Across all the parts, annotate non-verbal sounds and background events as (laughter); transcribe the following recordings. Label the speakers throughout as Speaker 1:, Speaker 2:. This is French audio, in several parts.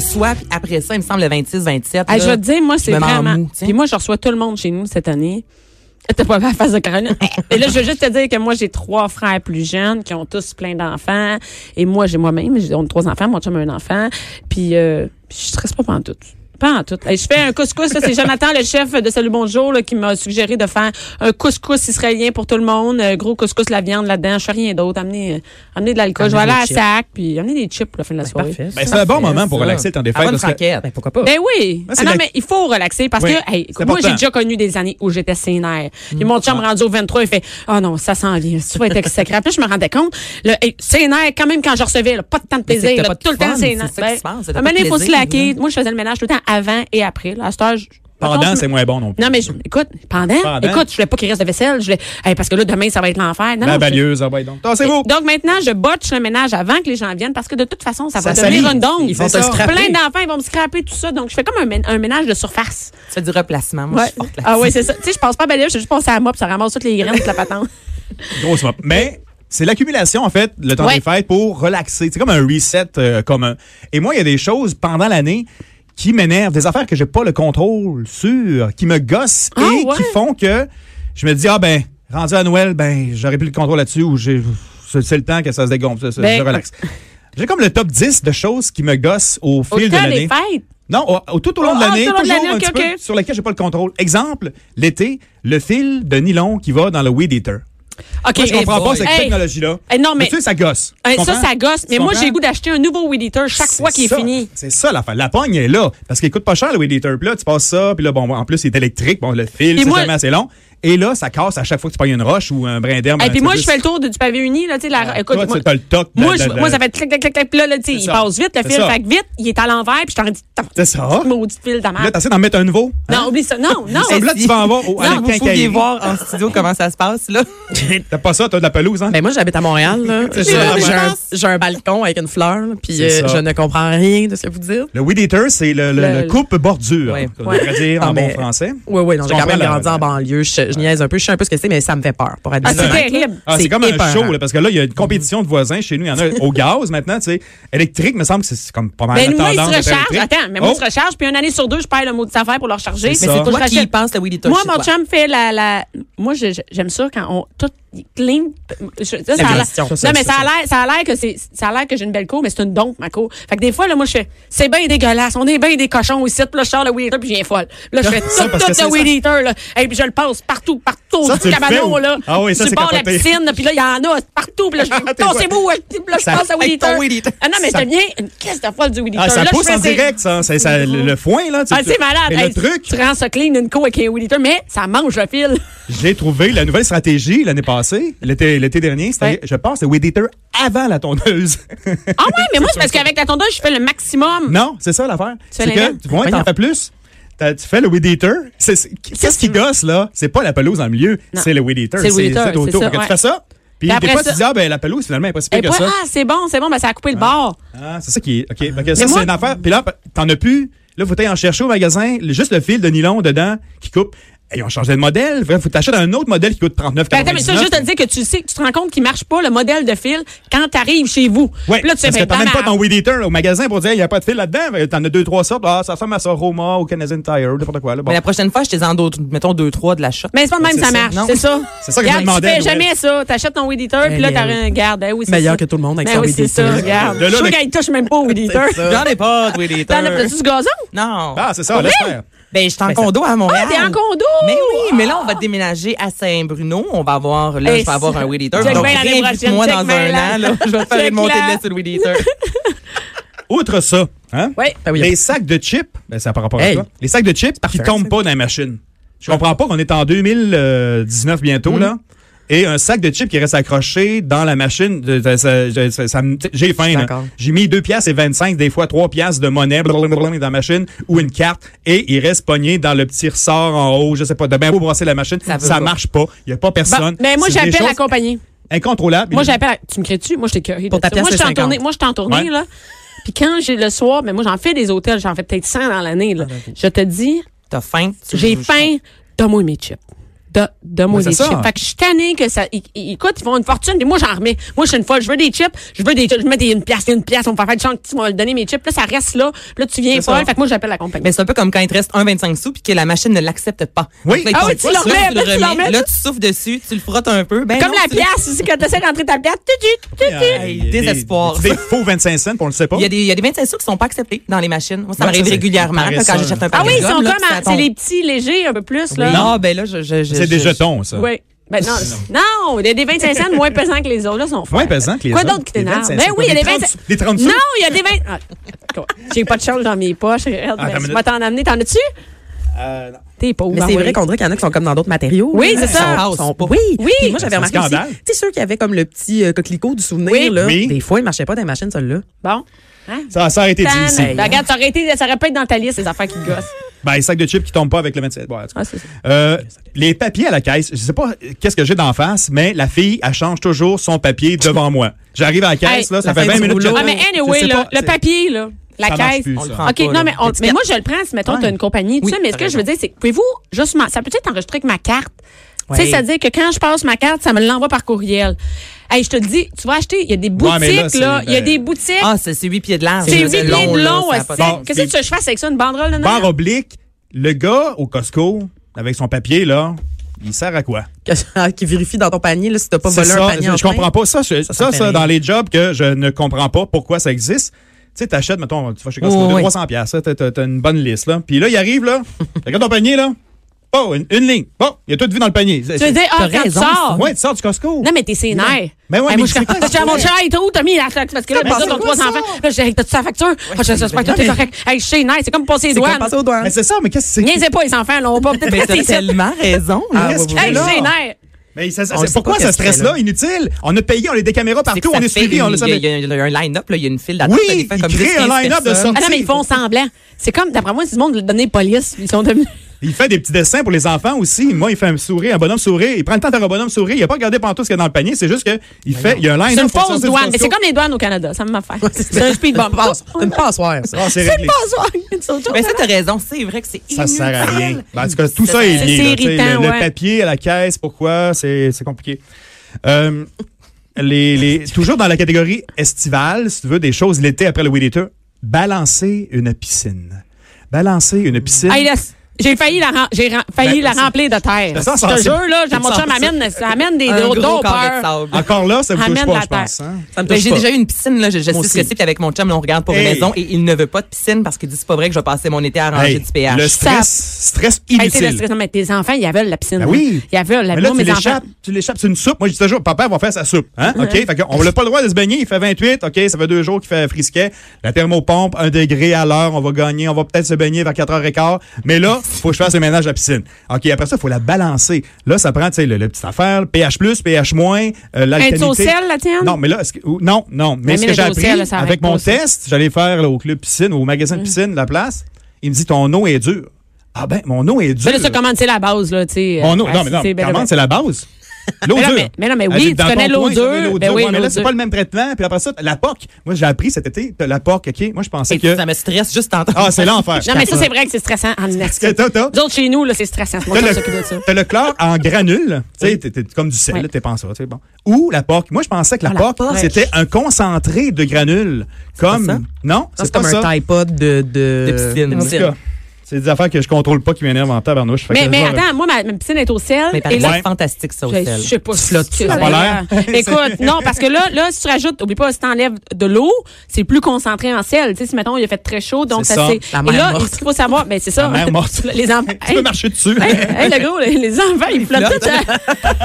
Speaker 1: Soit, puis après ça, il me semble, le 26-27.
Speaker 2: Ah, je vais te dire, moi, c'est
Speaker 1: me mets en
Speaker 2: vraiment.
Speaker 1: mou, tu sais.
Speaker 2: Puis moi, je reçois tout le monde chez nous cette année. (laughs) T'as pas vu la face
Speaker 1: (laughs)
Speaker 2: de Caroline. Et là, je veux juste te dire que moi, j'ai trois frères plus jeunes qui ont tous plein d'enfants. Et moi, j'ai moi-même, j'ai on a trois enfants, mon chum a un enfant. Puis euh, je stresse pas pendant tout. Pas en tout. Et je fais un couscous, là, c'est Jonathan, le chef de Salut Bonjour, là, qui m'a suggéré de faire un couscous israélien pour tout le monde. Euh, gros couscous, la viande là-dedans. Je fais rien d'autre. Amener, euh, amener de l'alcool. Je vais aller
Speaker 1: Amener
Speaker 2: à la
Speaker 1: des chips.
Speaker 2: sac, puis amener des chips la fin de la soirée.
Speaker 1: Parfait.
Speaker 3: Ben, c'est un bon moment pour
Speaker 1: ça.
Speaker 3: relaxer le temps des
Speaker 1: À
Speaker 3: fêtes,
Speaker 1: bonne
Speaker 3: parce que-
Speaker 1: franquette.
Speaker 4: Ben, pourquoi pas?
Speaker 2: Ben oui.
Speaker 3: Moi,
Speaker 2: Ah
Speaker 3: c'est
Speaker 2: non,
Speaker 3: la-
Speaker 2: mais il faut relaxer parce
Speaker 3: Oui,
Speaker 2: que, hey,
Speaker 3: c'est
Speaker 2: moi,
Speaker 3: important.
Speaker 2: j'ai déjà connu des années où j'étais sénère.
Speaker 1: Hmm.
Speaker 2: Puis mon chum rendu au 23, il fait, ah non, ça s'en vient.
Speaker 1: (laughs)
Speaker 2: Tu vas être exécrable. Puis je me rendais compte, le hey, sénère, quand même, quand je recevais, là, pas de temps de
Speaker 1: Mais c'est que t'as
Speaker 2: plaisir, là,
Speaker 1: pas de
Speaker 2: tout le
Speaker 1: fun,
Speaker 2: temps sénère.
Speaker 1: c'est ça qui se passe, c'est t'as
Speaker 2: à un
Speaker 1: pas
Speaker 2: moment
Speaker 1: de
Speaker 2: donné, il faut se
Speaker 1: plaisir,
Speaker 2: laquer.
Speaker 1: là.
Speaker 2: Moi, je faisais le ménage tout le temps avant et après. Là, à cette heure, je- mettons,
Speaker 3: Pendant,
Speaker 2: je-
Speaker 3: c'est moins bon non plus.
Speaker 2: Non, mais je- écoute, pendant,
Speaker 3: Pendant.
Speaker 2: écoute, je voulais pas qu'il reste de vaisselle. Je voulais, hey, parce que là, demain, ça va être l'enfer. Non,
Speaker 3: La
Speaker 2: non, je-
Speaker 3: balieuse, ah ouais, donc. Tassez-vous!
Speaker 2: donc maintenant, je botche le ménage avant que les gens viennent parce que de toute façon, ça va
Speaker 3: Ça
Speaker 2: devenir
Speaker 3: salit.
Speaker 2: une dongle.
Speaker 3: Ils vont te scraper.
Speaker 2: Plein d'enfants, ils vont me scraper tout ça. Donc je fais comme un, mén- un ménage de surface.
Speaker 1: Tu fais du replacement. Moi, je suis forte là-dessus.
Speaker 2: Ah ouais, c'est ça. tu sais, je pense pas à Belle, je juste pense à moi, puis ça ramasse toutes les graines de la
Speaker 3: (laughs)
Speaker 2: patente.
Speaker 3: Grosse mop. Mais c'est l'accumulation, en fait, le temps
Speaker 2: Ouais.
Speaker 3: des fêtes pour relaxer. C'est comme un reset euh, commun. Et moi, il y a des choses pendant l'année qui m'énervent, des affaires que j'ai pas le contrôle sur, qui me gossent
Speaker 2: Ah,
Speaker 3: et
Speaker 2: ouais?
Speaker 3: qui font que je me dis, ah ben, rendu à Noël, ben, j'aurais plus le contrôle là-dessus ou j'ai, c'est, c'est le temps que ça se dégonfle, ça, ça,
Speaker 2: Ben-
Speaker 3: je relaxe.
Speaker 2: (laughs)
Speaker 3: J'ai comme le top 10 de choses qui me gossent au
Speaker 2: Au
Speaker 3: fil de
Speaker 2: temps des
Speaker 3: l'année.
Speaker 2: fêtes.
Speaker 3: Non, au- au- tout au long
Speaker 2: Oh,
Speaker 3: de l'année,
Speaker 2: tout au long de
Speaker 3: toujours
Speaker 2: l'année,
Speaker 3: un
Speaker 2: ok,
Speaker 3: petit
Speaker 2: ok.
Speaker 3: peu sur lequel j'ai pas le contrôle. Exemple, l'été, le fil de nylon qui va dans le weed eater.
Speaker 2: OK.
Speaker 3: Moi, je comprends
Speaker 2: eh,
Speaker 3: pas cette
Speaker 2: hey,
Speaker 3: technologie-là.
Speaker 2: Eh, non, mais-
Speaker 3: tu sais, ça gosse.
Speaker 2: eh,
Speaker 3: Tu comprends?
Speaker 2: ça, ça gosse. Mais
Speaker 3: Tu
Speaker 2: moi,
Speaker 3: comprends?
Speaker 2: j'ai le goût d'acheter un nouveau Weed Eater chaque
Speaker 3: C'est
Speaker 2: fois qu'il est
Speaker 3: ça.
Speaker 2: fini.
Speaker 3: C'est ça l'affaire. La pogne est là. Parce qu'il coûte pas cher, le weed eater. Puis là, tu passes ça. Puis là, bon, en plus, c'est électrique. Bon, le fil,
Speaker 2: Puis
Speaker 3: c'est
Speaker 2: moi-
Speaker 3: jamais assez long. Et là, ça casse à chaque fois que tu pognes une roche ou un brin d'herbe.
Speaker 2: Et
Speaker 3: un
Speaker 2: Eh, puis
Speaker 3: petit
Speaker 2: moi,
Speaker 3: peu
Speaker 2: je
Speaker 3: plus.
Speaker 2: fais le tour du, du pavé uni, là, tu sais, la, écoute,
Speaker 3: Toi,
Speaker 2: moi-
Speaker 3: tu as le toc. de-
Speaker 2: Moi,
Speaker 3: de-
Speaker 2: je-
Speaker 3: de-
Speaker 2: moi, ça fait clac, clac, clac, clac, puis là, là, tu sais,
Speaker 3: C'est
Speaker 2: il
Speaker 3: ça.
Speaker 2: passe vite, le
Speaker 3: C'est
Speaker 2: fil.
Speaker 3: ça.
Speaker 2: Fait que vite, il est à l'envers, puis je t'en dis,
Speaker 3: C'est ça.
Speaker 2: maudit fil de
Speaker 3: Là,
Speaker 2: merde.
Speaker 3: t'essaies d'en mettre
Speaker 2: (laughs)
Speaker 3: un nouveau.
Speaker 2: Non, oublie ça. Non, non.
Speaker 3: Comme là, tu vas en voir au, à la
Speaker 1: Non, vous pouviez
Speaker 3: quincaillerie.
Speaker 1: voir en studio comment ça se passe, là.
Speaker 3: T'as pas ça, t'as de la pelouse, hein?
Speaker 4: Ben, moi, j'habite à
Speaker 1: (laughs)
Speaker 4: Montréal, là. J'ai-
Speaker 1: ça, la
Speaker 4: J'ai un,
Speaker 1: balance.
Speaker 4: j'ai un balcon avec une fleur, là, puis
Speaker 3: C'est
Speaker 4: euh,
Speaker 3: ça.
Speaker 4: je ne comprends rien de ce que vous dites.
Speaker 3: Le weed eater, c'est le, le-
Speaker 2: Le-
Speaker 3: le coupe-bordure.
Speaker 1: Ouais.
Speaker 3: On devrait dire en
Speaker 4: Non,
Speaker 3: bon
Speaker 4: mais-
Speaker 3: français.
Speaker 4: Oui, oui, non,
Speaker 3: Tu
Speaker 4: j'ai quand
Speaker 3: comprends
Speaker 4: même
Speaker 3: la-
Speaker 4: grandi
Speaker 3: la-
Speaker 4: en banlieue. Je, je niaise un peu, je sais un peu ce que c'est, mais ça me fait peur, pour être
Speaker 2: Ah, c'est
Speaker 4: honnête.
Speaker 2: terrible.
Speaker 3: Ah, c'est comme un
Speaker 4: épeurant.
Speaker 3: show, là, parce que là, il y a une compétition de voisins chez nous. Il y en a au gaz maintenant, tu sais. Électrique, me semble que c'est- c'est comme pas mal
Speaker 2: Ben,
Speaker 3: la
Speaker 2: moi, ils
Speaker 3: tendance
Speaker 2: se
Speaker 3: d'être
Speaker 2: rechargent.
Speaker 3: électrique.
Speaker 2: Attends, mais moi,
Speaker 3: Oh,
Speaker 2: ils se rechargent, puis une année sur deux, je paye le mot de affaire pour leur recharger.
Speaker 3: C'est
Speaker 2: Puis
Speaker 3: ça.
Speaker 2: faut que
Speaker 1: Toi
Speaker 2: je
Speaker 1: qui y
Speaker 2: rachète.
Speaker 1: pense, le Willy Touch.
Speaker 2: Moi, mon chum fait la, la. Moi, je- je- j'aime ça quand on. Tout clean. Je- ça, ça a l'air-
Speaker 4: digestion, ça,
Speaker 2: non, mais ça a l'air- ça a l'air que c'est. Ça a l'air que j'ai une belle cour, mais c'est une dompe, ma cour. Fait que des fois, là, moi, je fais. C'est bien dégueulasse. On est bien des cochons ici. Puis là, je sors le weed eater, puis je viens folle. Là,
Speaker 3: (laughs)
Speaker 2: je fais
Speaker 3: Ça,
Speaker 2: tout,
Speaker 3: parce que
Speaker 2: tout
Speaker 3: c'est
Speaker 2: le weed eater, là. Et puis je le passe partout, partout.
Speaker 3: Ça,
Speaker 2: du
Speaker 3: tu le
Speaker 2: cabanon,
Speaker 3: fais ou-
Speaker 2: là.
Speaker 3: Ah oui, ça,
Speaker 2: Du
Speaker 3: c'est
Speaker 2: bord de la
Speaker 3: capoté. Ah,
Speaker 2: piscine, puis là, il y en a partout.
Speaker 3: (laughs)
Speaker 2: Puis là, je fais.
Speaker 3: T'es
Speaker 2: Tossez-vous, ouais. Puis là, je
Speaker 3: Ça-
Speaker 2: passe à weed
Speaker 1: avec ton
Speaker 2: eater.
Speaker 1: weed eater.
Speaker 2: Ah non, mais
Speaker 3: Ça-
Speaker 2: ça vient une caisse de folle du weed eater.
Speaker 3: Ah, ça
Speaker 2: Là, je
Speaker 3: pousse
Speaker 2: fais,
Speaker 3: en
Speaker 2: c'est-
Speaker 3: direct, ça. C'est- ça- le, le foin, là. tu-
Speaker 2: ah,
Speaker 3: tu-
Speaker 2: c'est malade.
Speaker 3: Mais
Speaker 2: Hey,
Speaker 3: le truc,
Speaker 2: Tu rends ça clean une co avec un weed eater, mais ça mange le
Speaker 3: (laughs)
Speaker 2: fil.
Speaker 3: j'ai trouvé la nouvelle stratégie l'année passée, l'été l'été dernier. c'était-
Speaker 2: Ouais.
Speaker 3: Je passe le weed eater avant la tondeuse.
Speaker 2: Ah ouais, mais moi, c'est parce qu'avec la tondeuse, je fais le maximum.
Speaker 3: non, c'est ça l'affaire.
Speaker 2: fais
Speaker 3: C'est que
Speaker 2: l'inverse.
Speaker 3: tu vois, t'en
Speaker 4: Voyons.
Speaker 3: fais plus. T'as- Tu fais le weed eater. C'est- c'est- Qu'est-ce qui gosse, là? C'est pas la pelouse dans le milieu.
Speaker 2: Non.
Speaker 3: C'est le weed eater.
Speaker 2: C'est le weed eater, c'est
Speaker 3: autour.
Speaker 2: ça,
Speaker 3: Quand
Speaker 2: ouais.
Speaker 3: tu fais ça, puis
Speaker 2: Puis
Speaker 3: des
Speaker 2: après
Speaker 3: fois, tu
Speaker 2: ça-
Speaker 3: dis, ah, ben, la pelouse, finalement, elle est pas si
Speaker 2: Et
Speaker 3: pire que
Speaker 2: pas,
Speaker 3: ça.
Speaker 2: ah, c'est bon, c'est bon, ben ça a coupé le bord.
Speaker 3: Ah, c'est ça qui est. OK. Fait que ça,
Speaker 2: moi-
Speaker 3: c'est une affaire. Puis là, t'en as plus. Là, faut aller en chercher au magasin. le- Juste le fil de nylon dedans qui coupe. Et ils ont changé de modèle. Bref, faut t'acheter un autre modèle qui coûte 39,99.
Speaker 2: Ben, attends, mais ça, juste te dire que tu sais, que tu te rends compte qu'il marche pas le modèle de fil quand t'arrives chez vous.
Speaker 3: Ouais,
Speaker 2: Puis là, tu
Speaker 3: parce
Speaker 2: fais,
Speaker 3: que
Speaker 2: ben,
Speaker 3: t'as même pas
Speaker 2: ben,
Speaker 3: ton weed eater là, au magasin pour dire il n'y a pas de fil là-dedans. Ben, T'en as deux, trois sortes. Ah, ça ressemble à ça, Roma, au Canadian Tire, ou n'importe quoi. Là, bon.
Speaker 1: Mais la prochaine fois, je te en d'autres, mettons, deux, trois de la shot.
Speaker 2: Mais Ben, c'est pas de même
Speaker 3: C'est
Speaker 2: ça
Speaker 3: ça,
Speaker 2: marche,
Speaker 1: non?
Speaker 2: c'est ça.
Speaker 3: (laughs) C'est ça que je me
Speaker 2: Regarde,
Speaker 3: demandais,
Speaker 2: Tu fais jamais
Speaker 3: Noël.
Speaker 2: ça. T'achètes ton weed eater, puis là,
Speaker 4: Ben,
Speaker 2: t'as un. Regarde, ben oui, c'est
Speaker 4: meilleur
Speaker 2: ça.
Speaker 4: que tout le monde avec
Speaker 2: Ben
Speaker 4: son
Speaker 2: oui,
Speaker 4: weed
Speaker 2: c'est ça,
Speaker 4: eater.
Speaker 2: regarde.
Speaker 3: De là,
Speaker 2: Je suis
Speaker 3: le-
Speaker 2: sûr qu'il touche même pas au weed eater.
Speaker 1: J'en ai pas de Willy
Speaker 2: T'en
Speaker 1: Touch.
Speaker 2: as-tu du gazon?
Speaker 1: Non.
Speaker 3: Ah, c'est ça, laisse faire.
Speaker 1: Ben, je suis en condo à Montréal.
Speaker 2: Ah, t'es en condo!
Speaker 1: Mais oui, mais là, on va déménager à Saint-Bruno. On va avoir, là,
Speaker 2: Hey,
Speaker 1: je vais avoir un Weed Eater.
Speaker 2: Eh, check
Speaker 1: Donc,
Speaker 2: bien l'année prochaine,
Speaker 1: moi
Speaker 2: check
Speaker 1: dans
Speaker 2: bien
Speaker 1: un
Speaker 2: là.
Speaker 1: an, là. Je
Speaker 2: (laughs)
Speaker 1: vais te faire
Speaker 2: Check
Speaker 1: une montée
Speaker 2: là.
Speaker 1: de lait sur le Weed Eater.
Speaker 3: Outre ça, hein?
Speaker 2: (laughs) Ouais.
Speaker 4: Ben oui.
Speaker 3: les sacs de chips, ben, ça par rapport à
Speaker 4: Hey.
Speaker 3: toi. Les sacs de chips qui tombent pas dans la machine. Je comprends pas qu'on est en 2019 bientôt, là. et un sac de chips qui reste accroché dans la machine. de- de- ça- je- ça- ça me- J'ai faim. là.
Speaker 4: D'accord.
Speaker 3: J'ai mis 2 piastres et 25, des fois 3 piastres de monnaie blablabla, dans la machine ou une carte et il reste pogné dans le petit ressort en haut, je sais pas, de bien beau brasser la machine. Ça,
Speaker 1: Ça veut pas.
Speaker 3: marche pas. Il y a pas personne.
Speaker 2: mais ben, moi,
Speaker 3: C'est des
Speaker 2: j'appelle la
Speaker 3: choses
Speaker 2: compagnie.
Speaker 3: Incontrôlables.
Speaker 2: Moi, j'appelle. à- Tu me crées-tu? Moi, je t'ai curé de
Speaker 4: Pour ta
Speaker 2: ça.
Speaker 4: pièce,
Speaker 2: Moi,
Speaker 4: c'est
Speaker 2: j'étais en
Speaker 4: 50.
Speaker 2: tournée, moi, j'étais en tournée,
Speaker 3: Ouais.
Speaker 2: là. Puis quand j'ai le soir, mais moi, j'en fais des hôtels, j'en fais peut-être 100 dans l'année, là. Je te dis,
Speaker 1: T'as faim? Ah, ben, tu
Speaker 2: j'ai
Speaker 1: veux- Ben,
Speaker 2: faim, donne-moi mes chips. Do- Donne-moi
Speaker 3: Ouais, c'est
Speaker 2: des
Speaker 3: ça.
Speaker 2: chips. Fait que je suis tannée que ça. Ils, ils- écoute, ils font une fortune, puis moi, j'en remets. Moi, je suis une folle, je veux des chips, je veux des chips, je mets des, une pièce, une pièce, on va faire de chance, tu vas me donner mes chips, là, ça reste là, Puis là, tu viens
Speaker 1: C'est
Speaker 2: folle.
Speaker 1: ça.
Speaker 2: Fait que moi, j'appelle la compagnie.
Speaker 1: Ben, c'est un peu comme quand il te reste 1,25 sous puis que la machine ne l'accepte pas.
Speaker 3: Oui.
Speaker 1: Donc, là,
Speaker 2: Ah oui,
Speaker 1: ils font quoi,
Speaker 2: tu le
Speaker 1: ça?
Speaker 2: remets,
Speaker 1: Tu le
Speaker 2: tu le
Speaker 1: remets.
Speaker 2: remets.
Speaker 1: Là, tu souffles dessus, tu le frottes un peu. Ben,
Speaker 2: Comme
Speaker 1: non, euh,
Speaker 2: la
Speaker 1: tu-
Speaker 2: pièce, aussi, quand tu essaies de rentrer ta pièce, tu, tu, tu, tu.
Speaker 3: Aïe, des-
Speaker 1: Désespoir.
Speaker 3: Des, faux 25 cents, puis on le sait pas.
Speaker 1: Il y, a des, il y a des 25 sous qui sont pas acceptés dans les machines. Moi, ça
Speaker 3: Ouais,
Speaker 1: m'arrive
Speaker 3: ça, c'est
Speaker 1: régulièrement là,
Speaker 3: paresseux.
Speaker 1: quand j'achète un
Speaker 2: Ah
Speaker 1: paquet
Speaker 2: oui,
Speaker 1: de
Speaker 2: ils sont
Speaker 1: gomme,
Speaker 2: comme.
Speaker 1: là,
Speaker 2: en-
Speaker 1: puis ça
Speaker 2: C'est
Speaker 1: tombe.
Speaker 2: les petits, légers, un peu plus, là.
Speaker 1: Non, ben là, je. je, je-
Speaker 3: C'est des
Speaker 1: je-
Speaker 3: jetons, ça.
Speaker 2: Oui. Ben non, non, il y a des 25 cents moins pesants que les autres. Là, sont forts.
Speaker 3: Moins pesants que les
Speaker 2: Quoi
Speaker 3: autres.
Speaker 2: d'autre qui
Speaker 3: Des
Speaker 2: t'énerve?
Speaker 3: 25,
Speaker 2: Ben
Speaker 3: c'est
Speaker 2: oui, il y a
Speaker 3: quoi,
Speaker 2: des
Speaker 3: des
Speaker 2: 25
Speaker 3: 30 des 30 sous?
Speaker 2: Non, il y a des 20. Ah, d'accord. J'ai pas de change dans mes poches. Regarde,
Speaker 3: Attends
Speaker 2: ben,
Speaker 3: une
Speaker 2: je
Speaker 3: minute.
Speaker 2: vais t'en amener. T'en as-tu?
Speaker 3: Euh, non.
Speaker 2: T'es pauvre.
Speaker 4: Mais c'est
Speaker 2: ah oui.
Speaker 4: vrai qu'on dirait qu'il y en a qui sont comme dans d'autres matériaux.
Speaker 2: Oui, c'est
Speaker 4: Ils
Speaker 2: ça.
Speaker 4: sont-
Speaker 1: Ils
Speaker 4: sont-
Speaker 1: passent
Speaker 4: Oui,
Speaker 2: Oui.
Speaker 4: Puis moi, j'avais
Speaker 3: C'est un
Speaker 4: remarqué aussi,
Speaker 3: scandale.
Speaker 4: tu sais, ceux qui avaient comme le petit euh, coquelicot du souvenir,
Speaker 2: Oui.
Speaker 4: là,
Speaker 3: Oui.
Speaker 4: des fois, ils marchaient pas dans les machines, celle-là.
Speaker 2: Bon.
Speaker 3: Ça, ça a été dit
Speaker 2: Tan,
Speaker 3: ici.
Speaker 2: ben, regarde, ça aurait, été, ça aurait pas été dans ta liste, ces affaires qui te gossent.
Speaker 3: Ben, les sacs de chips qui tombent pas avec le 27. Bon, en tout cas.
Speaker 2: Ah, c'est ça.
Speaker 3: Euh, les papiers à la caisse, je sais pas euh, qu'est-ce que j'ai d'en face, mais la fille, elle change toujours son papier devant moi. J'arrive à la caisse,
Speaker 2: Hey,
Speaker 3: là, ça
Speaker 4: la
Speaker 3: fait
Speaker 4: fin
Speaker 3: 20
Speaker 4: du
Speaker 3: minutes que
Speaker 4: rouleau.
Speaker 3: je
Speaker 2: Ah, mais
Speaker 3: je
Speaker 2: anyway,
Speaker 3: sais
Speaker 2: là,
Speaker 3: pas,
Speaker 2: le
Speaker 3: c'est-
Speaker 2: papier, là, la
Speaker 3: ça marche
Speaker 2: caisse.
Speaker 3: plus,
Speaker 1: On le
Speaker 3: ça.
Speaker 1: prend
Speaker 2: OK,
Speaker 1: pas,
Speaker 2: non,
Speaker 1: là,
Speaker 2: mais, on-
Speaker 1: l'étiquette.
Speaker 2: mais moi, je le prends, si mettons,
Speaker 3: Ouais.
Speaker 2: tu as une compagnie, tout
Speaker 1: Oui,
Speaker 2: ça, mais ce
Speaker 1: t'as
Speaker 2: que je
Speaker 1: raison.
Speaker 2: veux dire, c'est que pouvez-vous juste. m'en- Ça peut être enregistré avec ma carte. Tu sais,
Speaker 4: Ouais.
Speaker 2: c'est-à-dire que quand je passe ma carte, ça me l'envoie par courriel. Hey, je te le dis, tu vas acheter, il y a des
Speaker 3: Ouais, mais là,
Speaker 2: boutiques,
Speaker 3: c'est-
Speaker 2: là. Il y a
Speaker 3: ben-
Speaker 2: des boutiques.
Speaker 1: Ah, c'est c'est 8 pieds de large.
Speaker 2: c'est
Speaker 1: là,
Speaker 2: huit pieds de long,
Speaker 1: là, ça a pas de
Speaker 2: hostie.
Speaker 3: bon,
Speaker 2: Qu'est-ce que
Speaker 3: puis-
Speaker 2: tu veux que je fasse avec ça, une banderole, là, non?
Speaker 3: Barre oblique, le gars au Costco, avec son papier, là, il sert à quoi?
Speaker 4: Que- qui vérifie dans ton panier là, si t'as pas
Speaker 3: C'est
Speaker 4: volé
Speaker 3: ça,
Speaker 4: un panier en
Speaker 3: je comprends pas ça. je- ça, ça,
Speaker 4: me fait rire.
Speaker 3: dans les jobs que je ne comprends pas pourquoi ça existe. Tu sais, t'achètes, mettons, tu vas chez Costco,
Speaker 1: Oh,
Speaker 3: t'as
Speaker 1: oui.
Speaker 3: 300 piastres, là, t'as- t'as t'as une bonne liste, là. Puis là, il arrive, là, regarde ton panier, là. Oh, une, une ligne. Bon, il y a tout vu dans le panier.
Speaker 2: Tu veux dire, ah, quand tu
Speaker 1: raison,
Speaker 2: sors.
Speaker 3: Ouais, tu sors du Costco.
Speaker 2: Non, mais t'es sénère.
Speaker 3: Ben ouais,
Speaker 2: Hey,
Speaker 3: mais
Speaker 2: moi, je
Speaker 3: c'est
Speaker 2: suis
Speaker 3: quoi,
Speaker 2: comme,
Speaker 3: ça?
Speaker 2: mon cher, il est où? T'as mis la facture? Parce que là,
Speaker 3: Mais
Speaker 2: les autres
Speaker 3: c'est
Speaker 2: ont
Speaker 3: quoi
Speaker 2: trois
Speaker 3: ça?
Speaker 2: enfants. Là, j'ai dit, t'as-tu sa facture? Moi, je j'espère que tout est correct. Hey, je suis sénère. C'est comme passer les
Speaker 4: C'est comme
Speaker 2: douanes.
Speaker 4: passer aux
Speaker 1: hein.
Speaker 4: douanes.
Speaker 3: Mais c'est ça, mais qu'est-ce que c'est?
Speaker 2: Niaisez pas, les enfants, là. On va peut-être
Speaker 1: Mais t'as
Speaker 2: rester ici.
Speaker 1: tellement raison. là.
Speaker 4: Ah, ouais,
Speaker 3: Qu'est-ce
Speaker 4: ouais,
Speaker 3: que
Speaker 2: Hey, je
Speaker 3: là?
Speaker 2: suis sénère.
Speaker 3: Mais ça- ça-
Speaker 4: On sait
Speaker 3: pourquoi
Speaker 4: pas
Speaker 3: ce
Speaker 4: qu'est-ce que c'est,
Speaker 3: stress-là
Speaker 4: là.
Speaker 3: inutile? On a payé, on a des caméras
Speaker 1: C'est que
Speaker 3: partout, on
Speaker 1: ça
Speaker 3: est
Speaker 1: fait-
Speaker 3: suivi, on
Speaker 1: il
Speaker 3: le
Speaker 1: y a-
Speaker 3: savait.
Speaker 1: Il y a- il y a un line-up, là, il y a une file d'attente.
Speaker 3: Oui,
Speaker 1: ça fait
Speaker 3: il
Speaker 1: comme
Speaker 3: crée
Speaker 1: 10,
Speaker 3: un
Speaker 1: 15
Speaker 3: line-up de
Speaker 1: personnes.
Speaker 3: sortie.
Speaker 2: Ah non, mais ils font semblant. C'est comme, d'après moi, si le monde le donnait police, ils sont
Speaker 3: (laughs)
Speaker 2: devenus.
Speaker 3: Il fait des petits dessins pour les enfants aussi. Moi, il fait un sourire, un bonhomme sourire. Il prend le temps de faire un bonhomme sourire. Il a pas regardé pantoute ce qu'il y a dans le panier. C'est juste qu'il fait, il y a un line-up.
Speaker 2: C'est une
Speaker 3: pour
Speaker 2: fausse
Speaker 3: sortir du
Speaker 2: douane. Mais c'est
Speaker 3: Costco.
Speaker 2: comme les douanes au Canada. Ça me m'a fait.
Speaker 4: C'est
Speaker 2: C'est un speed bump.
Speaker 4: une passe- une passoire. ça.
Speaker 3: Ah, c'est
Speaker 2: C'est une
Speaker 3: réglé.
Speaker 2: passoire. C'est autre chose.
Speaker 1: Mais ça, t'as raison. C'est vrai que c'est
Speaker 3: Ça
Speaker 1: inutile.
Speaker 3: sert à rien. Ben, en tout cas, tout ça est
Speaker 2: c'est
Speaker 3: lié. là, tu sais,
Speaker 2: irritant,
Speaker 3: le, le
Speaker 2: ouais.
Speaker 3: papier à la caisse, pourquoi? C'est c'est compliqué. Euh, les, les- toujours dans la catégorie estivale, si tu veux, des choses l'été après le Weed Eater, balancer une piscine. Balancer une piscine.
Speaker 2: Hey, là, j'ai failli la, rem- j'ai rem- failli
Speaker 3: Ben,
Speaker 2: la
Speaker 3: c'est-
Speaker 2: remplir de terre.
Speaker 3: c'est ça,
Speaker 2: Je te
Speaker 3: c'est-
Speaker 2: jure, là, j'ai- mon
Speaker 1: c'est-
Speaker 2: chum amène, ça amène des
Speaker 1: Un
Speaker 2: dos
Speaker 1: gros carré de
Speaker 2: peur.
Speaker 1: sable.
Speaker 3: Encore là, ça vous touche
Speaker 2: Ramène
Speaker 3: pas,
Speaker 2: la
Speaker 3: je pense.
Speaker 2: terre.
Speaker 3: hein?
Speaker 4: Ça me
Speaker 1: Ben,
Speaker 4: touche
Speaker 1: j'ai
Speaker 4: pas.
Speaker 1: déjà eu une piscine, là, je, je sais
Speaker 4: Moi
Speaker 1: ce que
Speaker 4: aussi.
Speaker 1: c'est, puis avec mon chum, là, on regarde pour
Speaker 3: Hey.
Speaker 1: une maison et il ne veut pas de piscine parce qu'il dit c'est pas vrai que je vais passer mon été à
Speaker 2: Ah,
Speaker 1: ranger
Speaker 3: Hey,
Speaker 1: du pH.
Speaker 3: le stress, stress
Speaker 2: Hey, tu sais, le
Speaker 3: inutile.
Speaker 2: stress, non, mais tes enfants, ils veulent la piscine.
Speaker 3: Ben oui.
Speaker 2: Ils veulent la
Speaker 3: Mais là,
Speaker 2: moi,
Speaker 3: tu
Speaker 2: mes enfants.
Speaker 3: l'échappes, tu l'échappes, c'est une soupe. Moi, je dis toujours, papa va faire sa soupe. Hein? OK? Fait qu'on n'a pas le droit de se baigner. Il fait 28. OK? Ça fait deux jours qu'il fait frisquet. La thermopompe, un degré à l'heure. On va gagner. On va peut-être se baigner vers 4h15. Mais là, faut que je fasse le ménage à la piscine. OK? Après ça, faut la balancer. Là, ça prend, tu sais, le, le petit affaire, pH+, pH-, euh, l'alcalinité.
Speaker 2: Es-tu au sel, la tienne?
Speaker 3: Non, mais là, est-ce que- ou- non, non. Mais,
Speaker 2: Mais
Speaker 3: ce
Speaker 2: mais
Speaker 3: que
Speaker 2: les
Speaker 3: j'ai
Speaker 2: eaux
Speaker 3: appris,
Speaker 2: sel, là, ça arrête
Speaker 3: avec mon
Speaker 2: pas, ça. Mm.
Speaker 3: test, j'allais faire là, au club piscine, au magasin de piscine, la place. Il me dit, ton eau est dure. Ah ben, mon eau est dure.
Speaker 2: Mais là, ça, comment c'est la base, là, tu sais.
Speaker 3: Mon
Speaker 2: euh,
Speaker 3: eau, Oh, non, mais non,
Speaker 2: c'est- ben,
Speaker 3: comment
Speaker 2: ben,
Speaker 3: c'est
Speaker 2: (laughs)
Speaker 3: la base? L'eau
Speaker 2: Mais non,
Speaker 3: dure.
Speaker 2: mais- mais non, mais oui,
Speaker 3: Elle dit,
Speaker 2: tu
Speaker 3: dans ton
Speaker 2: connais l'eau
Speaker 3: coin, tu connais
Speaker 2: dure,
Speaker 3: l'eau
Speaker 2: ben
Speaker 3: dure.
Speaker 2: oui,
Speaker 3: Ouais, mais
Speaker 2: l'eau
Speaker 3: là, c'est
Speaker 2: dure.
Speaker 3: pas le même traitement. Puis après ça, la POC. Moi, j'ai appris cet été, t'as la POC, OK? Moi, je pensais
Speaker 1: Et
Speaker 3: que.
Speaker 1: Ça me stresse juste d'entendre.
Speaker 3: Ah,
Speaker 1: (laughs)
Speaker 3: c'est l'enfer.
Speaker 2: Non, mais ça, c'est vrai que c'est stressant en
Speaker 3: T'as-
Speaker 2: inactif.
Speaker 3: t'as- t'as-
Speaker 2: Nous autres, chez nous, là, c'est stressant. Mon
Speaker 3: T'as
Speaker 2: chum
Speaker 3: le,
Speaker 2: s'occupe de ça.
Speaker 3: t'as le chlore en granules, tu sais,
Speaker 2: Oui.
Speaker 3: t'es- t'es comme du sel,
Speaker 2: Ouais.
Speaker 3: là, t'es pensé, tu sais, bon. Ou la POC. Moi, je pensais que la
Speaker 2: Ah, la
Speaker 3: POC,
Speaker 2: POC.
Speaker 3: c'était un concentré de granules. Comme.
Speaker 1: ça?
Speaker 3: Non,
Speaker 4: Ça, C'est
Speaker 3: pas
Speaker 4: comme
Speaker 3: ça. Euh,
Speaker 4: un typod de, de...
Speaker 1: De piscine.
Speaker 4: de
Speaker 3: En tout cas, C'est des affaires que je contrôle pas qui m'énervent en tabarnouche. Fait
Speaker 2: Mais,
Speaker 3: que
Speaker 2: mais
Speaker 3: je vais-
Speaker 2: attends, moi, ma, ma piscine est au sel.
Speaker 1: Mais par
Speaker 2: et là,
Speaker 1: exemple,
Speaker 3: Ouais.
Speaker 1: fantastique, ça, au
Speaker 2: Je
Speaker 1: sel.
Speaker 2: je sais pas si tu
Speaker 3: ça a pas
Speaker 2: (laughs) Écoute, non, parce que là, là, si tu rajoutes, oublie pas, si t'enlèves de l'eau, c'est plus concentré en sel. Tu sais, si mettons, il a fait très chaud, donc
Speaker 3: C'est
Speaker 2: ça,
Speaker 3: ça,
Speaker 2: c'est.
Speaker 4: la
Speaker 2: Et
Speaker 4: mer
Speaker 2: là,
Speaker 4: morte.
Speaker 2: ce qu'il faut savoir, ben, c'est ça.
Speaker 3: La mer morte.
Speaker 2: (laughs)
Speaker 3: (laughs)
Speaker 2: Les enfants.
Speaker 3: Tu peux marcher dessus.
Speaker 2: Hey, hey, le gros, les, les enfants, ils flottent tout. (laughs)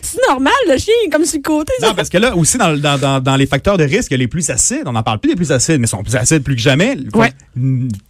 Speaker 2: C'est normal, le chien est comme sur le côté. ça.
Speaker 3: Non, ben, parce que là, aussi, dans, le- dans, dans, dans les facteurs de risque, il y a les plus acides. On n'en parle plus des plus acides, mais ils sont plus acides plus que jamais.
Speaker 2: Ouais.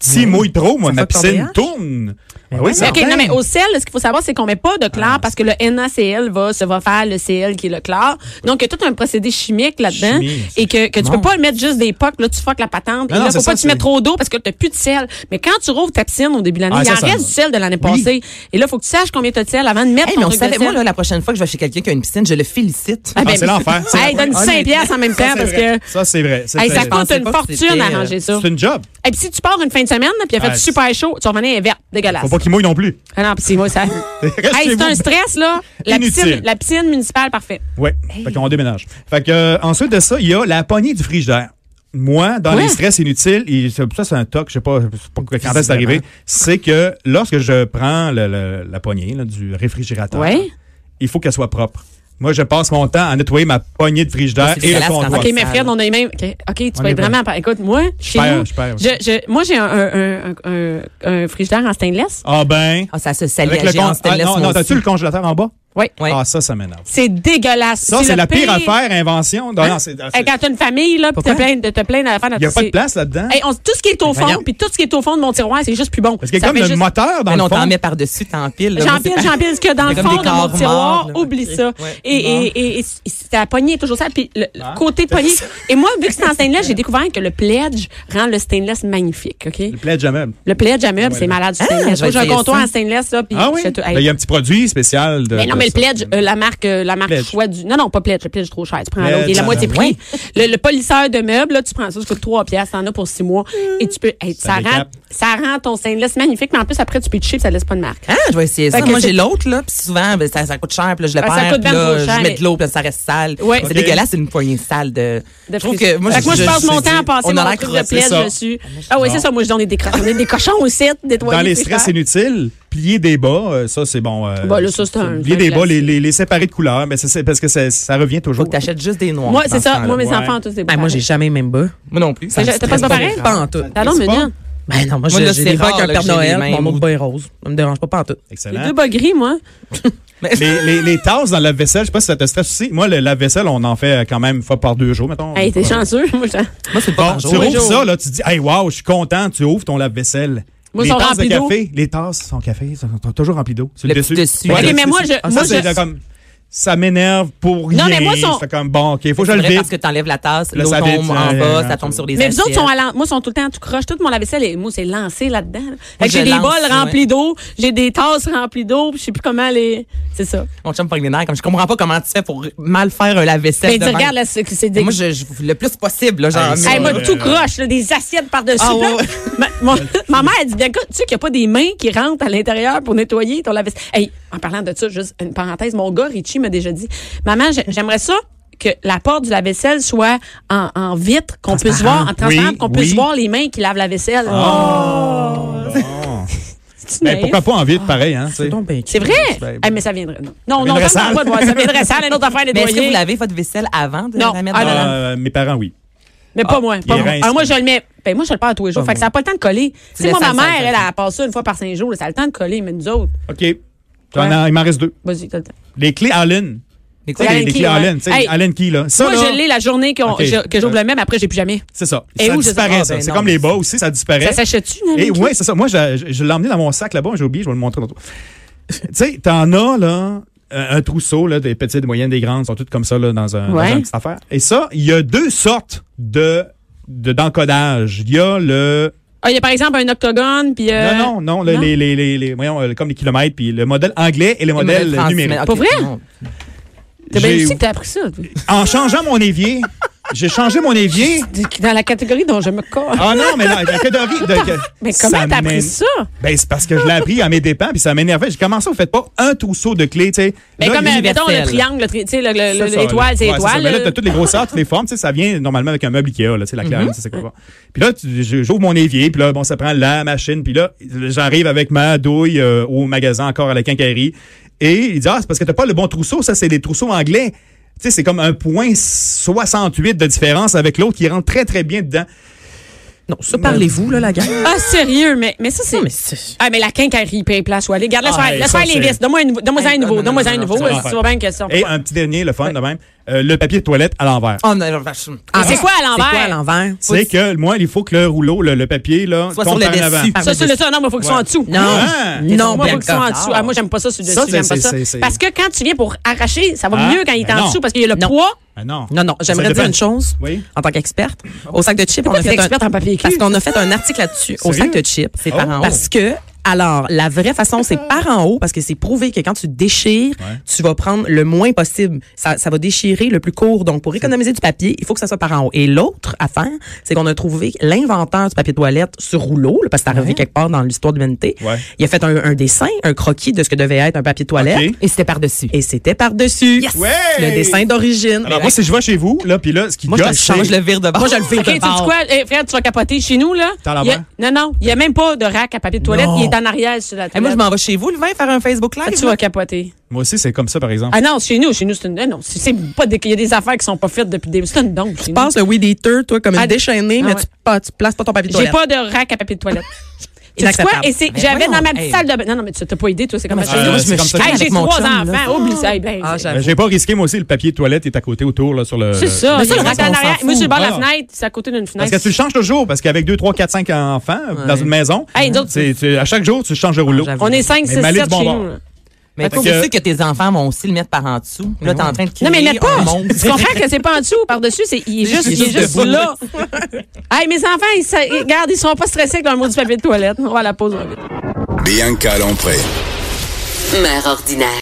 Speaker 3: Si mouille trop, moi,
Speaker 4: Ça
Speaker 3: ma
Speaker 4: fuck ton
Speaker 3: piscine
Speaker 4: pH?
Speaker 3: tourne. Ben oui, Ah.
Speaker 2: Mais OK,
Speaker 3: certain.
Speaker 2: non, mais au sel, ce qu'il faut savoir, c'est qu'on met pas de chlore parce que le NaCl va se va faire le Cl qui est le chlore. Donc, il y a tout un procédé chimique là-dedans.
Speaker 3: Chimie,
Speaker 2: Et que, que tu
Speaker 3: bon.
Speaker 2: peux pas mettre juste des pocs, là, tu fuck la patente.
Speaker 3: Non,
Speaker 2: et
Speaker 3: non,
Speaker 2: là,
Speaker 3: c'est
Speaker 2: faut
Speaker 3: ça,
Speaker 2: pas que
Speaker 3: c'est-
Speaker 2: tu mettes trop d'eau parce que t'as plus de sel. Mais quand tu rouvres ta piscine au début de l'année,
Speaker 3: Ah,
Speaker 2: il
Speaker 3: ça,
Speaker 2: en
Speaker 3: ça-
Speaker 2: reste du sel de l'année passée. Et là, faut que tu saches combien t'as de sel avant de mettre
Speaker 1: Hey,
Speaker 2: ton
Speaker 1: mais on
Speaker 2: truc de
Speaker 1: savait,
Speaker 2: sel.
Speaker 1: moi, là, la prochaine fois que je vais chez quelqu'un qui a une piscine, je le félicite.
Speaker 2: Ah,
Speaker 3: Ah, c'est l'enfer. C'est
Speaker 2: Hey,
Speaker 3: l'enfer.
Speaker 2: donne 5 piastres en même temps
Speaker 3: Ça, c'est
Speaker 2: parce
Speaker 3: vrai.
Speaker 2: que.
Speaker 3: Ça, c'est vrai. C'est
Speaker 2: Hey, ça
Speaker 3: vrai.
Speaker 1: pensais
Speaker 2: coûte une
Speaker 1: pas que c'était,
Speaker 2: fortune à
Speaker 1: euh,
Speaker 2: ranger ça.
Speaker 3: C'est une job.
Speaker 2: Et puis si tu pars une fin de semaine, là, puis il a fait
Speaker 3: Ah,
Speaker 2: super chaud, tu revenais elle est verte, dégueulasse.
Speaker 3: Faut pas qu'il mouille non plus.
Speaker 2: Ah non, puis c'est moi
Speaker 3: (laughs)
Speaker 2: ça. hey,
Speaker 3: chez
Speaker 2: c'est un
Speaker 3: vous.
Speaker 2: stress là. La
Speaker 3: Inutile.
Speaker 2: piscine, la piscine municipale parfait.
Speaker 3: Oui. Fait qu'on déménage. Fait que, euh, ensuite de ça, il y a la poignée du frigidaire. Moi, dans
Speaker 2: Ouais.
Speaker 3: les stress inutiles, et ça, ça, c'est un toc, je sais pas, je sais pas quand est-ce que c'est arrivé, c'est que lorsque je prends le- le- la poignée là, du réfrigérateur,
Speaker 2: Ouais.
Speaker 3: il faut qu'elle soit propre. Moi, je passe mon temps à nettoyer ma poignée de frigidaire
Speaker 1: Ah, c'est
Speaker 3: et le
Speaker 1: dégueulasse quand
Speaker 3: comptoir.
Speaker 1: même.
Speaker 2: OK, mais Fred, on a les mêmes. OK, ok, tu
Speaker 3: On
Speaker 2: peux
Speaker 3: est
Speaker 2: être vraiment. par- Écoute, moi, chez
Speaker 3: perds,
Speaker 2: nous,
Speaker 3: je perds.
Speaker 2: je- moi, j'ai un, un, un, un, un frigidaire en stainless.
Speaker 3: Ah ben,
Speaker 1: Ah, ça se salit
Speaker 3: avec
Speaker 1: à
Speaker 3: le
Speaker 1: géant
Speaker 3: compte. Ah,
Speaker 1: stainless,
Speaker 3: non,
Speaker 1: moi
Speaker 3: non, t'as-tu
Speaker 1: aussi.
Speaker 3: le congélateur en bas?
Speaker 2: Oui.
Speaker 1: Ouais.
Speaker 3: Ah, ça, ça m'énerve.
Speaker 2: C'est dégueulasse.
Speaker 3: Ça, c'est
Speaker 2: le Hein?
Speaker 3: la pire affaire, invention. Non, non, c'est- ah,
Speaker 2: Hey,
Speaker 3: c'est-
Speaker 2: quand t'as une famille, là, pis t'as plein, de- t'as plein d'affaires.
Speaker 3: il n'y a pas de place là-dedans.
Speaker 2: Hey, on, tout ce qui est au fond,
Speaker 1: voyons.
Speaker 2: puis tout ce qui est au fond de mon tiroir, c'est juste plus bon.
Speaker 3: Parce qu'il y a
Speaker 2: Ça
Speaker 3: comme
Speaker 2: fait
Speaker 3: le
Speaker 2: juste-
Speaker 3: moteur dans
Speaker 1: Mais Ben
Speaker 3: le
Speaker 1: non, t'en
Speaker 3: fond.
Speaker 1: mets par-dessus, t'empiles. là. Moi,
Speaker 2: J'empile,
Speaker 1: c'est-
Speaker 2: j'empile ce qu'il y a dans le
Speaker 1: C'est comme
Speaker 2: fond
Speaker 1: des
Speaker 2: de mon
Speaker 1: corps
Speaker 2: tiroir.
Speaker 1: morts, là.
Speaker 2: Oublie
Speaker 1: Ouais.
Speaker 2: ça.
Speaker 1: Ouais. Ah.
Speaker 2: Et, et, et, et si ta poignée est toujours sale. Puis le
Speaker 1: (laughs)
Speaker 2: le côté de poignée. Et moi, vu que c'est en stainless, j'ai découvert que le pledge rend le stainless magnifique. OK?
Speaker 3: Il plaît jamais.
Speaker 2: Le pledge à meubles, c'est malade du stainless.
Speaker 1: Ah, je vais
Speaker 2: J'ai un
Speaker 1: essayer
Speaker 2: comptoir
Speaker 1: ça.
Speaker 2: en stainless, là. Puis
Speaker 3: Ah oui?
Speaker 2: je fais tout- hey.
Speaker 3: Ben, Il y a un petit produit spécial. De,
Speaker 2: mais non,
Speaker 3: de
Speaker 2: mais le
Speaker 3: ça.
Speaker 2: pledge, euh, la marque, euh, la marque
Speaker 3: Pledge.
Speaker 2: choix du. Non, non, pas pledge. Le pledge est trop cher. Tu prends
Speaker 3: Pledge,
Speaker 2: l'autre. Il est la
Speaker 3: ah,
Speaker 2: moitié
Speaker 3: ben
Speaker 2: prix. (laughs) Le, le polisseur de meubles, là, tu prends ça, ça coûte 3 piastres. T'en as pour 6 mois. Et tu peux. hey, ça, rend,
Speaker 3: décape.
Speaker 2: ça rend ton stainless magnifique. Mais en plus, après, tu peux te chier, ça laisse pas de marque.
Speaker 1: Ah, je vais essayer ça.
Speaker 2: Fait que
Speaker 1: Moi, j'ai
Speaker 2: c'est-
Speaker 1: l'autre, là, puis souvent, ben, ça, ça coûte cher, puis là, je le
Speaker 2: Ah,
Speaker 1: perds,
Speaker 2: ça coûte
Speaker 1: puis
Speaker 2: bien
Speaker 1: là,
Speaker 2: trop cher,
Speaker 1: je mets
Speaker 2: mais-
Speaker 1: de l'eau, puis là, ça reste sale.
Speaker 2: Ouais.
Speaker 1: C'est
Speaker 3: Ok.
Speaker 1: dégueulasse, c'est une poignée sale de...
Speaker 2: de
Speaker 1: je trouve
Speaker 2: frites.
Speaker 1: que moi,
Speaker 2: Fait que moi, je passe mon temps à passer
Speaker 1: on
Speaker 2: mon
Speaker 1: a l'air
Speaker 2: truc de
Speaker 1: crossé,
Speaker 3: c'est ça.
Speaker 2: plaid dessus. Ah oui, c'est ça. Moi, je donne des, décra- on est des cochons aussi, nettoyer
Speaker 3: Dans les
Speaker 2: frigidaire.
Speaker 3: stress inutiles, plier des bas, euh, ça c'est bon. euh,
Speaker 2: Bah, là, ça, c'est un-
Speaker 3: Plier
Speaker 2: un
Speaker 3: des bas, les,
Speaker 2: classique.
Speaker 3: les, les séparer de couleur, mais ça, c'est parce que ça, ça revient
Speaker 1: Faut
Speaker 3: toujours.
Speaker 1: que t'achètes juste des noirs.
Speaker 2: Moi,
Speaker 1: dans
Speaker 2: c'est
Speaker 1: ce
Speaker 2: ça.
Speaker 1: temps-là.
Speaker 2: Moi, mes
Speaker 3: Ouais.
Speaker 2: enfants, tous des
Speaker 1: Ben,
Speaker 4: Ah, moi,
Speaker 2: bras.
Speaker 4: j'ai jamais même bas.
Speaker 1: Moi non plus.
Speaker 2: Mais
Speaker 1: ça me
Speaker 2: j'ai- t'as pas
Speaker 1: stresse
Speaker 2: de pareil?
Speaker 4: Pas en tout.
Speaker 2: T'as l'air
Speaker 3: C'est
Speaker 2: mignon.
Speaker 4: Ben non, moi,
Speaker 1: Moi, là,
Speaker 4: j'ai j'ai
Speaker 1: c'est
Speaker 4: des bas
Speaker 1: rare,
Speaker 4: avec un
Speaker 1: là,
Speaker 4: Père
Speaker 1: que j'ai les
Speaker 4: Noël,
Speaker 1: mêmes
Speaker 4: mon autre
Speaker 1: ou-
Speaker 4: bas est rose. Ça me dérange pas pantoute.
Speaker 2: Les
Speaker 3: Excellent.
Speaker 2: deux bas gris, moi.
Speaker 3: Les, les, les tasses dans la vaisselle, je sais pas si ça te stresse aussi. Moi, le lave-vaisselle, on en fait euh, quand même une fois par deux jours, mettons.
Speaker 2: Hey, t'es
Speaker 3: Bon,
Speaker 2: chanceux. Moi, je-
Speaker 1: Moi, c'est pas
Speaker 3: tu
Speaker 1: bonjour.
Speaker 3: ouvres ça, là, tu dis, hey, wow, je suis content, tu ouvres ton lave-vaisselle.
Speaker 2: Moi,
Speaker 3: les
Speaker 2: ils sont
Speaker 3: tasses de
Speaker 2: remplis d'eau.
Speaker 3: café, les tasses sont café, sont sont toujours remplies d'eau. C'est
Speaker 1: Le petit dessus.
Speaker 3: Ouais,
Speaker 1: Ok,
Speaker 3: le
Speaker 1: mais
Speaker 3: petit
Speaker 2: moi,
Speaker 3: dessus.
Speaker 2: je-
Speaker 3: Ah,
Speaker 2: moi,
Speaker 3: ça, c'est
Speaker 2: je-
Speaker 3: de comme, ça m'énerve pour rien.
Speaker 2: Non, mais moi, sont-
Speaker 3: C'est comme, bon, ok, faut que je
Speaker 1: C'est
Speaker 3: le
Speaker 1: vrai,
Speaker 3: vide.
Speaker 1: Parce que t'enlèves la tasse,
Speaker 3: Là,
Speaker 1: l'eau
Speaker 3: ça vide,
Speaker 1: tombe en
Speaker 3: euh,
Speaker 1: bas,
Speaker 3: euh,
Speaker 1: ça tombe sur les
Speaker 2: Mais vous autres
Speaker 1: assiettes.
Speaker 2: sont à l'en- moi, sont tout le temps tout croche. Toute mon lavaisselle, est- moi, c'est lancé là-dedans. Fait que
Speaker 1: je
Speaker 2: j'ai des
Speaker 1: lance,
Speaker 2: bols
Speaker 1: ouais.
Speaker 2: remplis d'eau, j'ai des tasses remplies d'eau, puis je sais plus comment les. C'est ça.
Speaker 1: Mon chum pogne les nerfs, comme je comprends pas comment tu fais pour mal faire un
Speaker 2: Ben,
Speaker 1: lave-vaisselle.
Speaker 2: tu
Speaker 1: de même.
Speaker 2: regardes, là, c'est c'est des.
Speaker 1: Moi, je, je- le plus possible, là, genre.
Speaker 3: Hey,
Speaker 1: mais-
Speaker 2: Hey, moi,
Speaker 3: Euh,
Speaker 2: tout croche, là, des assiettes par-dessus.
Speaker 1: Ah,
Speaker 2: là.
Speaker 1: ouais.
Speaker 2: Ma, mon- ma mère, elle dit, bien, écoute, tu sais qu'il n'y a pas des mains qui rentrent à l'intérieur pour nettoyer ton lave-vaisselle. Hey, en parlant de ça, juste une parenthèse, mon gars, Richie, m'a déjà dit, maman, j'ai- j'aimerais ça que la porte du lave-vaisselle soit en, en vitre, qu'on puisse voir, en transparent,
Speaker 3: Oui,
Speaker 2: qu'on puisse
Speaker 3: oui.
Speaker 2: voir les mains qui lavent la vaisselle.
Speaker 3: Bon.
Speaker 2: C'est-tu
Speaker 3: Ben,
Speaker 2: naïf?
Speaker 3: pourquoi pas en vide, pareil, hein? tu sais.
Speaker 4: C'est donc ben
Speaker 2: C'est vrai?
Speaker 3: Ben,
Speaker 2: Hey, mais ça viendrait. Non, non, non,
Speaker 3: viendrait
Speaker 2: ça
Speaker 3: sale.
Speaker 2: ne pas de voir. Ça viendrait sale, une autre affaire
Speaker 1: Mais est-ce que
Speaker 2: nettoyée.
Speaker 1: vous lavez votre vaisselle avant de
Speaker 2: Non.
Speaker 1: la mettre
Speaker 2: Ah,
Speaker 1: dans
Speaker 2: non,
Speaker 1: la-
Speaker 3: Euh, mes parents, oui.
Speaker 2: Mais pas moi. Pas
Speaker 3: Ah, il
Speaker 2: moi.
Speaker 3: rince,
Speaker 2: Alors, moi, je
Speaker 3: là.
Speaker 2: le mets. Ben, moi, je le perds tous les jours. Fait que ça n'a pas le temps de coller. Tu sais,
Speaker 1: laisses
Speaker 2: moi, ma
Speaker 1: ça, ça,
Speaker 2: mère,
Speaker 1: ça,
Speaker 2: elle,
Speaker 1: ça.
Speaker 2: elle passe ça une fois par cinq jours. là, Ça a le temps de coller, mais nous autres,
Speaker 3: OK. J'en ai- il m'en reste deux.
Speaker 2: vas-y, t'as le temps.
Speaker 3: Les clés Allen.
Speaker 1: Mais
Speaker 3: Tu
Speaker 1: quoi,
Speaker 3: sais,
Speaker 2: Allen
Speaker 3: les, les
Speaker 2: key,
Speaker 3: clés
Speaker 2: ouais.
Speaker 3: Allen. tu sais,
Speaker 2: Hey.
Speaker 3: Allen Key, là. Ça,
Speaker 2: Moi,
Speaker 3: là,
Speaker 2: je l'ai la journée qu'on-
Speaker 3: Ok.
Speaker 2: je- que j'ouvre le même. Après, j'ai plus jamais.
Speaker 3: c'est ça.
Speaker 2: Et
Speaker 3: ça
Speaker 2: où, je sais
Speaker 3: disparaît,
Speaker 1: pas.
Speaker 3: ça.
Speaker 1: Ah, ben
Speaker 3: C'est
Speaker 1: non,
Speaker 3: comme
Speaker 1: mais
Speaker 3: les bas aussi, ça
Speaker 2: Ça
Speaker 3: disparaît.
Speaker 2: s'achète-tu,
Speaker 3: Et
Speaker 2: Nalin?
Speaker 3: oui, c'est ça. Moi, je, je- je l'ai emmené dans mon sac là-bas. J'ai oublié, je vais le montrer tantôt. tu sais, t'en as, là, un, un trousseau, là, des petites, des moyennes, des grandes, sont toutes comme ça, là, dans un, dans
Speaker 2: Ouais.
Speaker 3: un petit affaire. Et ça, il y a deux sortes de de- d'encodage. Il y a le...
Speaker 2: Ah, il y a par exemple un octogone, puis. euh,
Speaker 3: non, non, non, le-
Speaker 2: non?
Speaker 3: Les, les, les, les- voyons, euh, comme les kilomètres, puis le modèle anglais et le modèle
Speaker 1: modèle français,
Speaker 3: numérique.
Speaker 1: mais-
Speaker 2: Pour
Speaker 1: ok,
Speaker 2: vrai?
Speaker 1: non.
Speaker 2: T'as bien
Speaker 3: J'ai-
Speaker 2: aussi que t'as appris ça. toi. (laughs)
Speaker 3: En changeant mon évier, j'ai changé mon évier.
Speaker 2: Dans la catégorie dont je me colle.
Speaker 3: Ah non, mais la, la catégorie de- que-
Speaker 2: (laughs) Mais comment t'as
Speaker 3: m'én-
Speaker 2: appris ça?
Speaker 3: Ben, c'est parce que je l'ai appris à mes dépens, puis ça m'énervait. J'ai commené ça, vous faites pas un trousseau de clés, tu sais.
Speaker 2: Mais
Speaker 3: Là,
Speaker 2: comme,
Speaker 3: il-
Speaker 2: euh, mettons, le
Speaker 1: universel.
Speaker 2: triangle, le tri- tu sais, le-
Speaker 3: C'est
Speaker 2: le-
Speaker 3: ça,
Speaker 2: le- l'étoile, c'est
Speaker 3: ouais, ça.
Speaker 2: étoile.
Speaker 3: Mais là, t'as
Speaker 2: euh,
Speaker 3: toutes les grosseurs, toutes les formes, tu sais, ça vient normalement avec un meuble Ikea, là, tu sais, la clé, tu sais, c'est quoi. Puis là, tu- je- j'ouvre mon évier, puis là, bon, ça prend la machine, puis là, j'arrive avec ma douille euh, au magasin encore à la quincaillerie, et il dit, ah, c'est parce que t'as pas le bon trousseau, ça, c'est des trousseaux anglais. Tu sais, c'est comme un point 68 de différence avec l'autre qui rentre très, très bien dedans.
Speaker 4: Non, ça, parlez-vous, là, la gang.
Speaker 2: Ah, sérieux, mais, mais ça, c'est.
Speaker 4: Non, mais c'est.
Speaker 2: Ah, mais la quincaillerie, paye place ou aller. Garde, laisse
Speaker 3: Ah,
Speaker 2: faire,
Speaker 3: hey,
Speaker 2: laisse
Speaker 3: ça,
Speaker 2: faire les
Speaker 3: c'est-
Speaker 2: listes. Donne-moi un nouveau. Donne-moi un
Speaker 4: Hey,
Speaker 2: nouveau.
Speaker 4: non,
Speaker 2: Donne-moi
Speaker 4: non,
Speaker 2: un
Speaker 4: non,
Speaker 2: nouveau.
Speaker 4: non,
Speaker 2: Si tu vois bien que ça.
Speaker 3: Et un petit dernier, le fun de même, euh, le papier de toilette à l'envers.
Speaker 1: Oh, non, vache.
Speaker 2: Mais c'est quoi à
Speaker 4: C'est quoi
Speaker 2: l'envers?
Speaker 4: à l'envers?
Speaker 3: C'est que moi, il faut que le rouleau, le, le papier, là,
Speaker 1: Soit sur
Speaker 3: tombe
Speaker 1: le
Speaker 3: par en
Speaker 1: dessus.
Speaker 3: avant.
Speaker 1: Ah,
Speaker 2: Ça, c'est le ça. Non, mais faut que ce soit en dessous.
Speaker 4: Non.
Speaker 3: Ah!
Speaker 4: Non,
Speaker 2: moi, faut que ce
Speaker 4: Bianca.
Speaker 2: soit en dessous. Ah, moi, j'aime pas ça sur le
Speaker 3: Ça,
Speaker 2: dessus. J'aime
Speaker 3: c'est-
Speaker 2: pas ça.
Speaker 3: c'est- c'est-
Speaker 2: Parce que quand tu viens pour arracher, ça va
Speaker 3: Ah,
Speaker 2: mieux quand il est
Speaker 3: ben
Speaker 2: en
Speaker 3: non.
Speaker 2: dessous parce qu'il y a le poids.
Speaker 3: Ah non.
Speaker 4: Non, non,
Speaker 3: Ça
Speaker 4: j'aimerais
Speaker 3: dépend.
Speaker 4: dire une chose.
Speaker 3: Oui.
Speaker 4: En tant qu'experte, au sac de chips, on a
Speaker 2: t'es
Speaker 4: fait un,
Speaker 2: experte en papier cul?
Speaker 4: parce qu'on a fait un article là-dessus au
Speaker 3: Sérieux?
Speaker 4: sac de chips. C'est
Speaker 3: par en haut.
Speaker 4: Parce que alors la vraie façon c'est par en haut parce que c'est prouvé que quand tu déchires, tu vas prendre le moins possible. Ça, ça va déchirer le plus court. Donc pour économiser du papier, il faut que ça soit par en haut. Et l'autre affaire, c'est qu'on a trouvé l'inventeur du papier toilette sur rouleau là, parce que c'est arrivé quelque part dans l'histoire de l'humanité.
Speaker 3: Ouais.
Speaker 4: Il a fait un, un dessin, un croquis de ce que devait être un papier toilette.
Speaker 3: Ok.
Speaker 4: Et c'était par-dessus. Et c'était par-dessus.
Speaker 3: Ouais!
Speaker 4: Le dessin d'origine.
Speaker 3: Alors, moi, si je vais chez vous, là, puis là, ce qui
Speaker 4: Moi, je
Speaker 3: gosse,
Speaker 4: le change,
Speaker 3: c'est-
Speaker 4: je le vire de bord. Moi, je le vire
Speaker 2: OK, tu sais quoi? Eh, Fred, tu vas capoter chez nous, là.
Speaker 3: T'as la
Speaker 2: Il y a-
Speaker 3: main?
Speaker 2: Non, non. Il n'y a même pas de rack à papier de toilette.
Speaker 4: Non.
Speaker 2: Il est en arrière sur la
Speaker 4: Eh,
Speaker 2: toilette.
Speaker 4: moi, je m'en vais chez vous, le vin, faire un Facebook
Speaker 2: Ah,
Speaker 4: Live.
Speaker 2: tu
Speaker 4: là.
Speaker 2: vas capoter.
Speaker 3: Moi aussi, c'est comme ça, par exemple.
Speaker 2: Ah non, chez nous, chez nous, c'est une. eh Non, c'est- c'est pas des. Il y a des affaires qui sont pas faites depuis des. C'est une donc.
Speaker 4: Tu passes le weed eater, toi, comme
Speaker 2: Ah,
Speaker 4: une déchaînée,
Speaker 2: ah
Speaker 4: mais
Speaker 2: ouais.
Speaker 4: tu, pas, tu places pas ton papier de
Speaker 2: J'ai
Speaker 4: toilette.
Speaker 2: pas de rack à papier de toilette. Tu sais quoi?
Speaker 4: Inacceptable.
Speaker 2: Et c'est-
Speaker 4: Ben
Speaker 2: j'avais
Speaker 4: voyons,
Speaker 2: dans ma petite
Speaker 4: hey.
Speaker 2: salle de bain. Non, non, mais tu t'as pas aidé, toi, c'est comme
Speaker 4: Ah,
Speaker 2: ça.
Speaker 3: Euh,
Speaker 4: moi,
Speaker 3: c'est
Speaker 4: je me
Speaker 3: comme ça
Speaker 4: chicane
Speaker 3: que-
Speaker 2: Hey,
Speaker 4: avec
Speaker 2: j'ai
Speaker 4: mon
Speaker 2: trois
Speaker 4: chum, là.
Speaker 2: enfants. Oublie ça. Eh ben,
Speaker 4: Ah,
Speaker 3: Ben,
Speaker 4: j'avoue.
Speaker 3: J'ai pas risqué, moi aussi, le papier de toilette est à côté autour, là, sur le.
Speaker 2: C'est ça.
Speaker 4: Mais
Speaker 2: c'est
Speaker 4: ça,
Speaker 2: le
Speaker 4: le
Speaker 2: rack
Speaker 4: reste,
Speaker 2: en
Speaker 4: on s'en
Speaker 2: arrière. Moi, je suis le bord de la
Speaker 3: Ah.
Speaker 2: fenêtre, c'est à côté d'une fenêtre.
Speaker 3: Parce que tu le changes toujours, parce qu'avec 2, 3, 4, 5 enfants euh, dans une maison,
Speaker 2: Hey, nous autres-
Speaker 3: c'est- tu- à chaque jour, tu changes le rouleau.
Speaker 4: Ah, j'avoue.
Speaker 2: On est 5, 6,
Speaker 3: Mais mal
Speaker 2: 7
Speaker 3: est
Speaker 2: chez
Speaker 3: du bon bord.
Speaker 2: nous. là.
Speaker 1: Mais
Speaker 3: Fait
Speaker 1: pour
Speaker 3: que-
Speaker 1: sûr que tes enfants vont aussi le mettre par en dessous. Là, t'es en train de créer
Speaker 2: Non, mais il n'est pas.
Speaker 1: un monde.
Speaker 2: Tu comprends que c'est pas en dessous ou par-dessus, c'est, il est juste, il est juste
Speaker 1: debout.
Speaker 2: là. hey, mes enfants, ils, sa- ils- regarde, ils sont pas stressés avec leur mot du papier de toilette. On va à la pause, on revient.
Speaker 5: Bianca Lompré.
Speaker 6: Mère ordinaire.